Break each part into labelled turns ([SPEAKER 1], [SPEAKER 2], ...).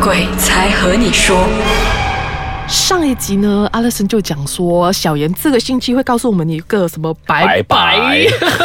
[SPEAKER 1] 鬼才和你说。
[SPEAKER 2] 上一集呢，阿乐森就讲说，小严这个星期会告诉我们一个什么
[SPEAKER 3] 拜
[SPEAKER 2] 拜
[SPEAKER 3] 拜。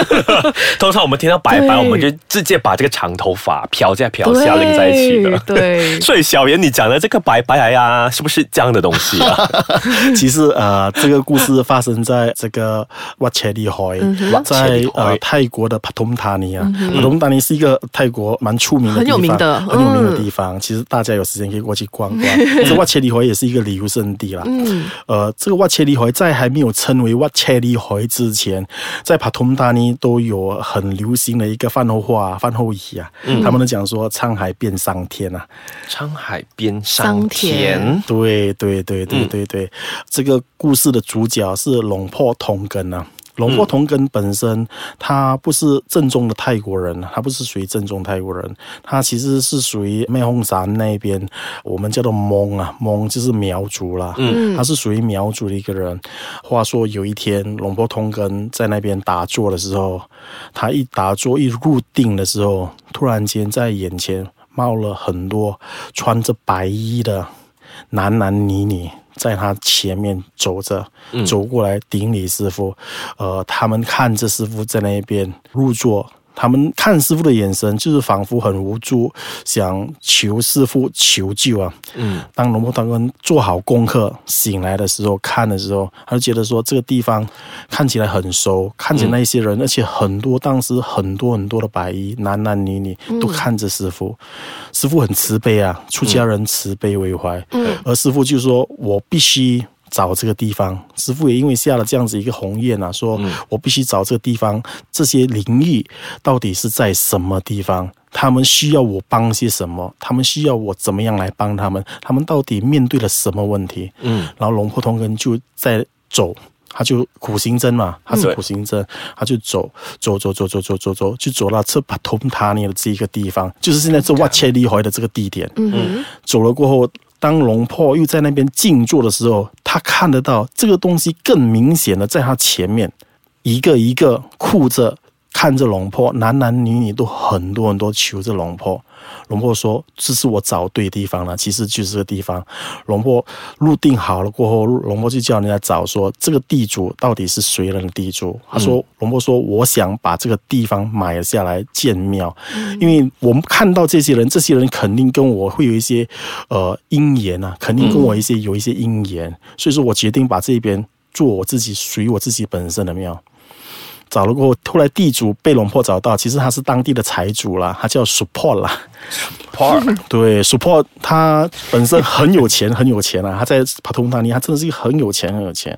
[SPEAKER 3] 通常我们听到拜拜，
[SPEAKER 2] 对
[SPEAKER 3] 我们就直接把这个长头发飘在飘下拎在一起的。，
[SPEAKER 2] 对
[SPEAKER 3] 所以小严，你讲的这个拜拜呀，是不是这样的东西啊？
[SPEAKER 4] 其实呃，这个故事发生在这个瓦切利海，在
[SPEAKER 3] Wat Chedi Hoi
[SPEAKER 4] 呃泰国的帕通塔尼啊，帕通塔尼是一个泰国蛮出名的
[SPEAKER 2] 很有
[SPEAKER 4] 地
[SPEAKER 2] 名
[SPEAKER 4] 方
[SPEAKER 2] 的
[SPEAKER 4] 很有名的嗯
[SPEAKER 2] 嗯
[SPEAKER 4] 地方。其实大家有时间可以过去逛 逛。这瓦切利海也是一个旅游胜地啦。
[SPEAKER 2] 嗯
[SPEAKER 4] 呃，这个瓦切利海在还没有称为瓦切利海之前，在帕通塔尼都有很流行的一个饭后话、饭后语啊，他们都讲说“沧海变桑田”啊。
[SPEAKER 3] 沧海边
[SPEAKER 2] 桑
[SPEAKER 3] 桑
[SPEAKER 2] 田
[SPEAKER 3] 田，
[SPEAKER 4] 对对对对对对，这个故事的主角是龙破同根啊。龙破同根本身，他不是正宗的泰国人，他不是属于正宗泰国人，他其实是属于湄公山那边，我们叫做蒙啊，蒙就是苗族啦，嗯，他是属于苗族的一个人。话说有一天，龙破同根在那边打坐的时候，他一打坐一入定的时候，突然间在眼前冒了很多穿着白衣的男男女女在他前面走着，走过来顶礼师傅，呃，他们看着师傅在那边入座。他们看师傅的眼神，就是仿佛很无助，想求师傅求救啊。嗯，当龙婆当根做好功课醒来的时候，看的时候，他就觉得说这个地方看起来很熟，看起来那些人，而且很多当时很多很多的白衣男男女女都看着师傅，师傅很慈悲啊，出家人慈悲为怀。嗯，而师傅就说：“我必须找这个地方。”师傅也因为下了这样子一个鸿雁啊，说：“我必须找这个地方，这些灵异到底是在什么地方？他们需要我帮些什么？他们需要我怎么样来帮他们？他们到底面对了什么问题？”嗯，然后龙婆同根就在走。他就苦行僧嘛，他是
[SPEAKER 3] 嗯
[SPEAKER 4] 苦行僧，他就走走走走走走走走，就走到这帕通塔尼的这一个地方，就是现在这瓦切利怀的这个地点。嗯，走了过后，当龙破又在那边静坐的时候，他看得到这个东西更明显的在他前面，一个一个哭着看着龙婆，男男女女都很多很多求着龙婆。龙婆说：“这是我找对地方了，其实就是这个地方。”龙婆入定好了过后，龙婆就叫人家找说这个地主到底是谁人的地主。他说：“龙婆说我想把这个地方买了下来建庙，因为我们看到这些人，这些人肯定跟我会有一些呃因缘啊，肯定跟我一些、有一些因缘，所以说我决定把这边做我自己属于我自己本身的庙。”找了过后，后来地主被龙婆找到，其实他是当地的财主啦，他叫 support 啦， 对，support 他本身很有钱，很有钱啊！他在帕通塔尼，他真的是一个很有钱，很有钱。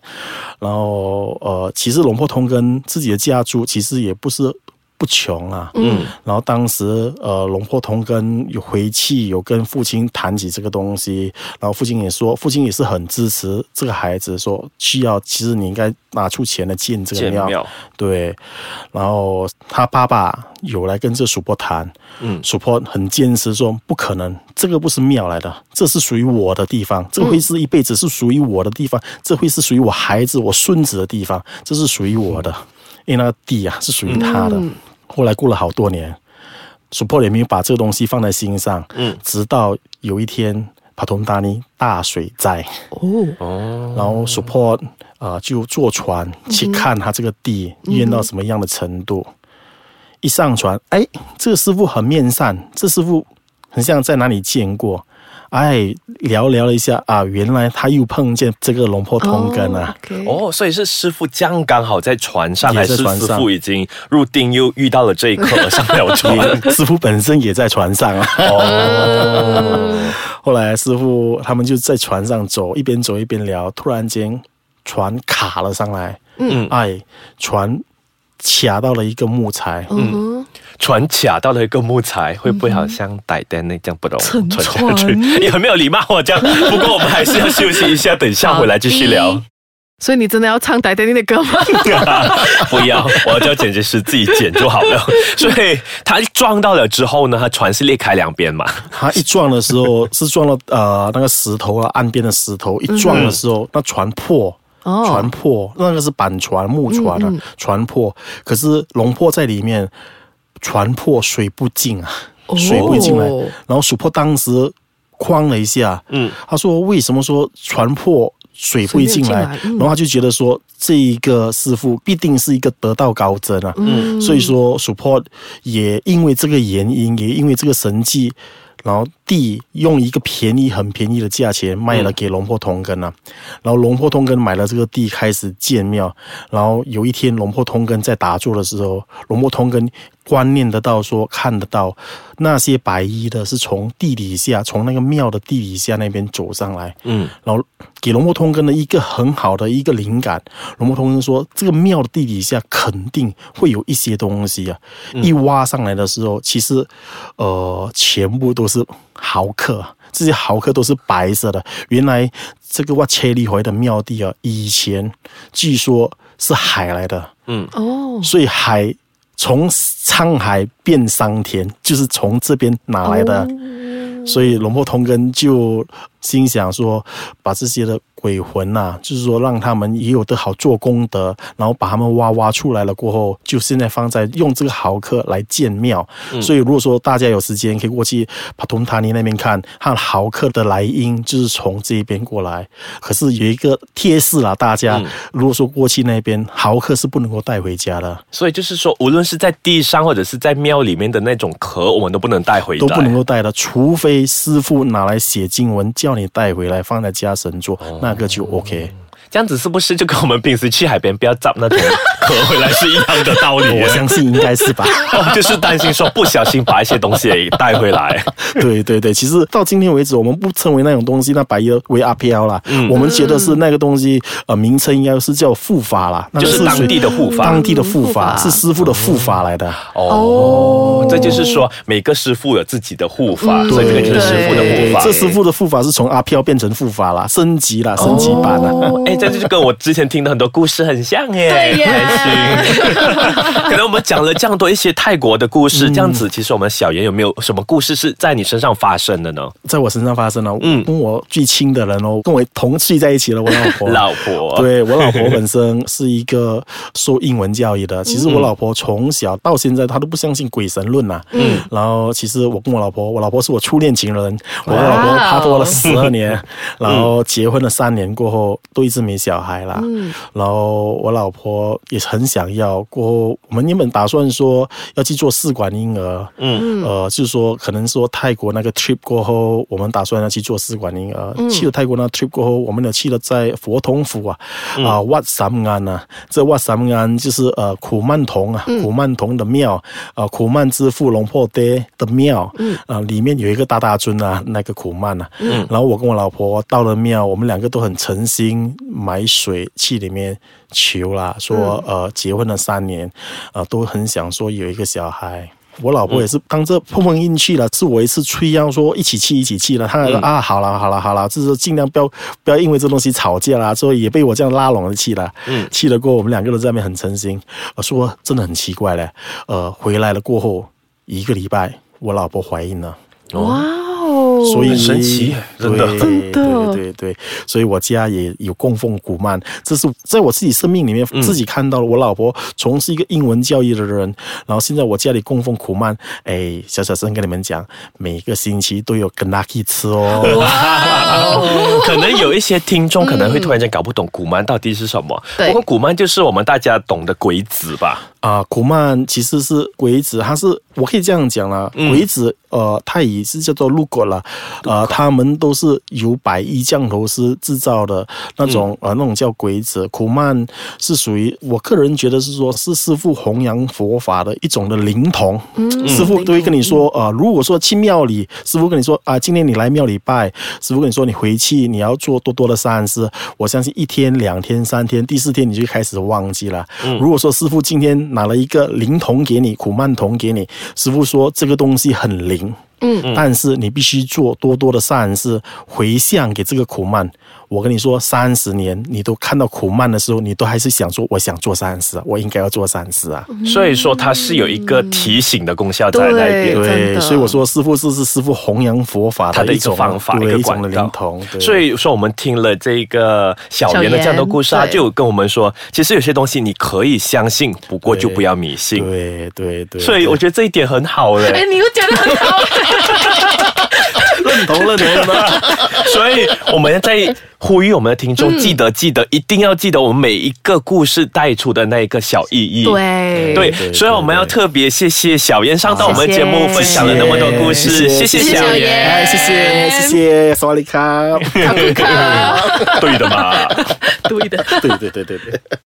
[SPEAKER 4] 然后呃，其实龙破通跟自己的家族其实也不是不穷啊。嗯。然后当时呃，龙破通跟有回去有跟父亲谈起这个东西，然后父亲也说，父亲也是很支持这个孩子，说需要，其实你应该拿出钱来建这个
[SPEAKER 3] 建
[SPEAKER 4] 庙。
[SPEAKER 3] 庙
[SPEAKER 4] 对，然后他爸爸有来跟这叔伯谈，嗯，叔伯很坚持说不可能，这个不是庙来的，这是属于我的地方，这会是一辈子是属于我的地方，这会是属于我孩子、我孙子的地方，这是属于我的，因为那个地啊是属于他的。后来过了好多年，叔伯也没有把这个东西放在心上，嗯，直到有一天帕通达尼大水灾，
[SPEAKER 2] 哦，
[SPEAKER 4] 然后 support 啊、呃就坐船去看他这个地淹到什么样的程度。一上船，哎，这个师傅很面善，这师傅很像在哪里见过。哎，聊聊了一下啊，原来他又碰见这个龙婆通根啊。
[SPEAKER 2] 哦，
[SPEAKER 3] 哦，所以是师傅这样刚好在船上，
[SPEAKER 4] 也
[SPEAKER 3] 还
[SPEAKER 4] 在
[SPEAKER 3] 是
[SPEAKER 4] 船
[SPEAKER 3] 师
[SPEAKER 4] 上
[SPEAKER 3] 傅已经入定又遇到了这一刻上不了 船？
[SPEAKER 4] 也师傅本身也在船上啊。
[SPEAKER 3] 哦，
[SPEAKER 4] 后来师傅他们就在船上走，一边走一边聊，突然间船卡了上来，嗯，哎，船卡到了一个木材，
[SPEAKER 2] 嗯，
[SPEAKER 3] 船卡到了一个木材，会不会好像歹蛋那这样不懂
[SPEAKER 2] 沉
[SPEAKER 3] 沉 下去？
[SPEAKER 2] 船
[SPEAKER 3] 也很没有礼貌哦，这样。不过我们还是要休息一下，等一下回来继续聊。
[SPEAKER 2] 所以你真的要唱《呆呆的的歌吗？
[SPEAKER 3] 不要，我叫剪辑师自己剪就好 了。所以他撞到了之后呢，他船是裂开两边嘛。
[SPEAKER 4] 他一撞的时候 是撞了呃那个石头啊，岸边的石头，一撞的时候、那船破。
[SPEAKER 2] 哦
[SPEAKER 4] 船破，那个是板船、木船啊，船破。可是龙破在里面，船破水不进啊，水不进来。然后水破当时框了一下，
[SPEAKER 3] 嗯，
[SPEAKER 4] 他说为什么说船破水不会进
[SPEAKER 2] 水没有
[SPEAKER 4] 来？
[SPEAKER 2] 进来嗯
[SPEAKER 4] 然后他就觉得说这一个师傅必定是一个得道高僧啊，
[SPEAKER 2] 嗯
[SPEAKER 4] 所以说 support 也因为这个原因，也因为这个神迹。然后地用一个便宜、很便宜的价钱卖了给龙破同根啊，然后龙破同根买了这个地，开始建庙。然后有一天，龙破同根在打坐的时候，龙破同根观念得到说看得到那些白衣的是从地底下，从那个庙的地底下那边走上来，
[SPEAKER 3] 嗯，
[SPEAKER 4] 然后给龙破通根的一个很好的一个灵感。龙破通根说，这个庙的地底下肯定会有一些东西啊，一挖上来的时候，其实呃，全部都是豪客啊。这些豪客都是白色的。原来这个哇切利怀的庙地啊，以前据说是海来的，
[SPEAKER 2] 哦，
[SPEAKER 4] 所以海从沧海变桑田，就是从这边拿来的。所以龙破同根就心想说，把这些的鬼魂呐、就是说让他们也有的好做功德，然后把他们挖挖出来了过后，就现在放在用这个豪客来建庙。所以如果说大家有时间，可以过去帕通塔尼那边看，看豪客的来因就是从这边过来。可是有一个贴士啦，大家、如果说过去那边豪客是不能够带回家的。
[SPEAKER 3] 所以就是说，无论是在地上或者是在庙里面的那种壳，我们都不能带啊回来，
[SPEAKER 4] 都不能够带的，除非师傅拿来写经文，叫你带回来放在家神桌，
[SPEAKER 3] 哦
[SPEAKER 4] 那个就 OK。
[SPEAKER 3] 这样子是不是就跟我们平时去海边不要找那种壳回来是一样的道理？
[SPEAKER 4] 我相信应 该是吧。
[SPEAKER 3] 哦就是担心说不小心把一些东西也带回来。
[SPEAKER 4] 对对对，其实到今天为止，我们不称为那种东西，那白衣为 RPL 啦，
[SPEAKER 3] 嗯
[SPEAKER 4] 我们觉得是那个东西，呃，名称应该是叫护法啦，那个
[SPEAKER 3] 就是当地的护法
[SPEAKER 4] 当地的护法
[SPEAKER 2] 嗯护法
[SPEAKER 4] 是师傅的护法来的。
[SPEAKER 3] 哦，这就是说每个师傅有自己的护法，所以这个就是师傅的护法。
[SPEAKER 4] 嗯这师傅的护法是从 RPL 变成护法啦，升级啦，升级版啊啦。
[SPEAKER 2] 哦
[SPEAKER 3] 哎，这就跟我之前听的很多故事很像哎，
[SPEAKER 2] 对耶
[SPEAKER 3] 开心。 可能我们讲了这样多一些泰国的故事，这样子其实我们小严有没有什么故事是在你身上发生的呢？
[SPEAKER 4] 在我身上发生了，
[SPEAKER 3] 嗯
[SPEAKER 4] 跟我最亲的人哦，跟我同睡在一起了，我老 婆，
[SPEAKER 3] 老婆
[SPEAKER 4] 对我老婆本身是一个受英文教育
[SPEAKER 3] 嗯
[SPEAKER 4] 的，其实我老婆从小到现在她都不相信鬼神论呐、嗯，然后其实我跟我老婆，我老婆是我初恋情人，我跟我老婆
[SPEAKER 2] 哇哦
[SPEAKER 4] 拍拖了十二 年，嗯然后结婚了三年过后都一直没小孩啦，嗯，然后我老婆也很想要，过后我们原本打算说要去做试管婴儿，嗯，呃，就是说可能说泰国那个 trip 过后，我们打算要去做试管婴儿，去了泰国那 trip 过后，我们有去了在佛统府啊，啊wat 三安啊，这 wat 三安就是呃苦曼童啊，苦曼童的庙，呃苦曼之父龙破爹的庙，嗯，啊里面有一个大大尊啊，那个苦曼啊，嗯，然后我跟我老婆到了庙，我们两个都很诚心买水去里面求啦，说呃结婚了三年，啊都很想说有一个小孩。我老婆也是当这碰碰运气了，是我一次催要说一起去一起去了，她还说、啊好了好了好了，就是尽量不要不要因为这东西吵架啦，所以也被我这样拉拢了去了，嗯，去了过后我们两个人在那边很诚心，我说真的很奇怪嘞，呃回来了过后一个礼拜我老婆怀孕了。
[SPEAKER 2] 哇哦，
[SPEAKER 4] 所以
[SPEAKER 3] 很神奇真
[SPEAKER 4] 对
[SPEAKER 3] 的
[SPEAKER 2] 真的
[SPEAKER 4] 对对对，所以我家也有供奉古曼，这是在我自己生命里面
[SPEAKER 3] 嗯
[SPEAKER 4] 自己看到了。我老婆从事一个英文教育的人，然后现在我家里供奉古曼，哎，小小声跟你们讲，每个星期都有跟 lucky 吃哦。
[SPEAKER 2] 哦
[SPEAKER 3] 可能有一些听众可能会突然间搞不懂古曼到底是什么。
[SPEAKER 2] 嗯对
[SPEAKER 3] 不过古曼就是我们大家懂的鬼子吧？
[SPEAKER 4] 啊，古曼其实是鬼子，它是我可以这样讲啦，鬼子呃，它也是叫做路果啦，呃，他们都是由白衣降头师制造的那种、呃，那种叫鬼子。古曼是属于我个人觉得是说是师傅弘扬佛法的一种的灵童，师傅都会跟你说呃，如果说去庙里，师傅跟你说啊、今天你来庙里拜，师傅跟你说你回去你要做多多的善事，我相信一天、两天、三天，第四天你就开始忘记了。如果说师傅今天拿了一个灵童给你，苦曼童给你，师傅说这个东西很灵，嗯，但是你必须做多多的善事，回向给这个苦曼。我跟你说，三十年你都看到苦曼的时候，你都还是想说，我想做善事，啊我应该要做善事啊。
[SPEAKER 2] 嗯
[SPEAKER 3] 所以说它是有一个提醒的功效在
[SPEAKER 2] 对
[SPEAKER 3] 那边。
[SPEAKER 2] 真
[SPEAKER 4] 对，
[SPEAKER 2] 的
[SPEAKER 4] 所以我说师傅是是师傅弘扬佛法
[SPEAKER 3] 啊它的一
[SPEAKER 4] 种
[SPEAKER 3] 个方法，一
[SPEAKER 4] 对
[SPEAKER 3] 个
[SPEAKER 4] 一种
[SPEAKER 3] 管
[SPEAKER 4] 的灵
[SPEAKER 3] 道
[SPEAKER 4] 童。对
[SPEAKER 3] 所以说，我们听了这个小
[SPEAKER 2] 小
[SPEAKER 3] 严的这样的故事啊，
[SPEAKER 2] 严
[SPEAKER 3] 他
[SPEAKER 2] 对
[SPEAKER 3] 就有跟我们说，其实有些东西你可以相信，不过就不要迷信。
[SPEAKER 4] 对对对，
[SPEAKER 2] 哎
[SPEAKER 3] 所以我觉得这一点很好嘞。
[SPEAKER 2] 哎，你又讲的很好，
[SPEAKER 3] 论
[SPEAKER 4] 同了年 了。
[SPEAKER 3] 所以我们在呼吁我们的听
[SPEAKER 2] 嗯
[SPEAKER 3] 众，记得记得，一定要记得我们每一个故事带出的那一个小意义。
[SPEAKER 2] 对
[SPEAKER 3] 对
[SPEAKER 4] 对，
[SPEAKER 3] 所以我们要特别谢谢小燕上到我们节目，分享了那么多故事，谢谢
[SPEAKER 2] 谢
[SPEAKER 3] 小
[SPEAKER 2] 小
[SPEAKER 3] 燕
[SPEAKER 2] 燕。
[SPEAKER 4] 哎，谢谢谢谢，萨 瓦迪卡。
[SPEAKER 2] 卡布卡，
[SPEAKER 3] 对的嘛。
[SPEAKER 2] 对的。
[SPEAKER 4] 对对对对对。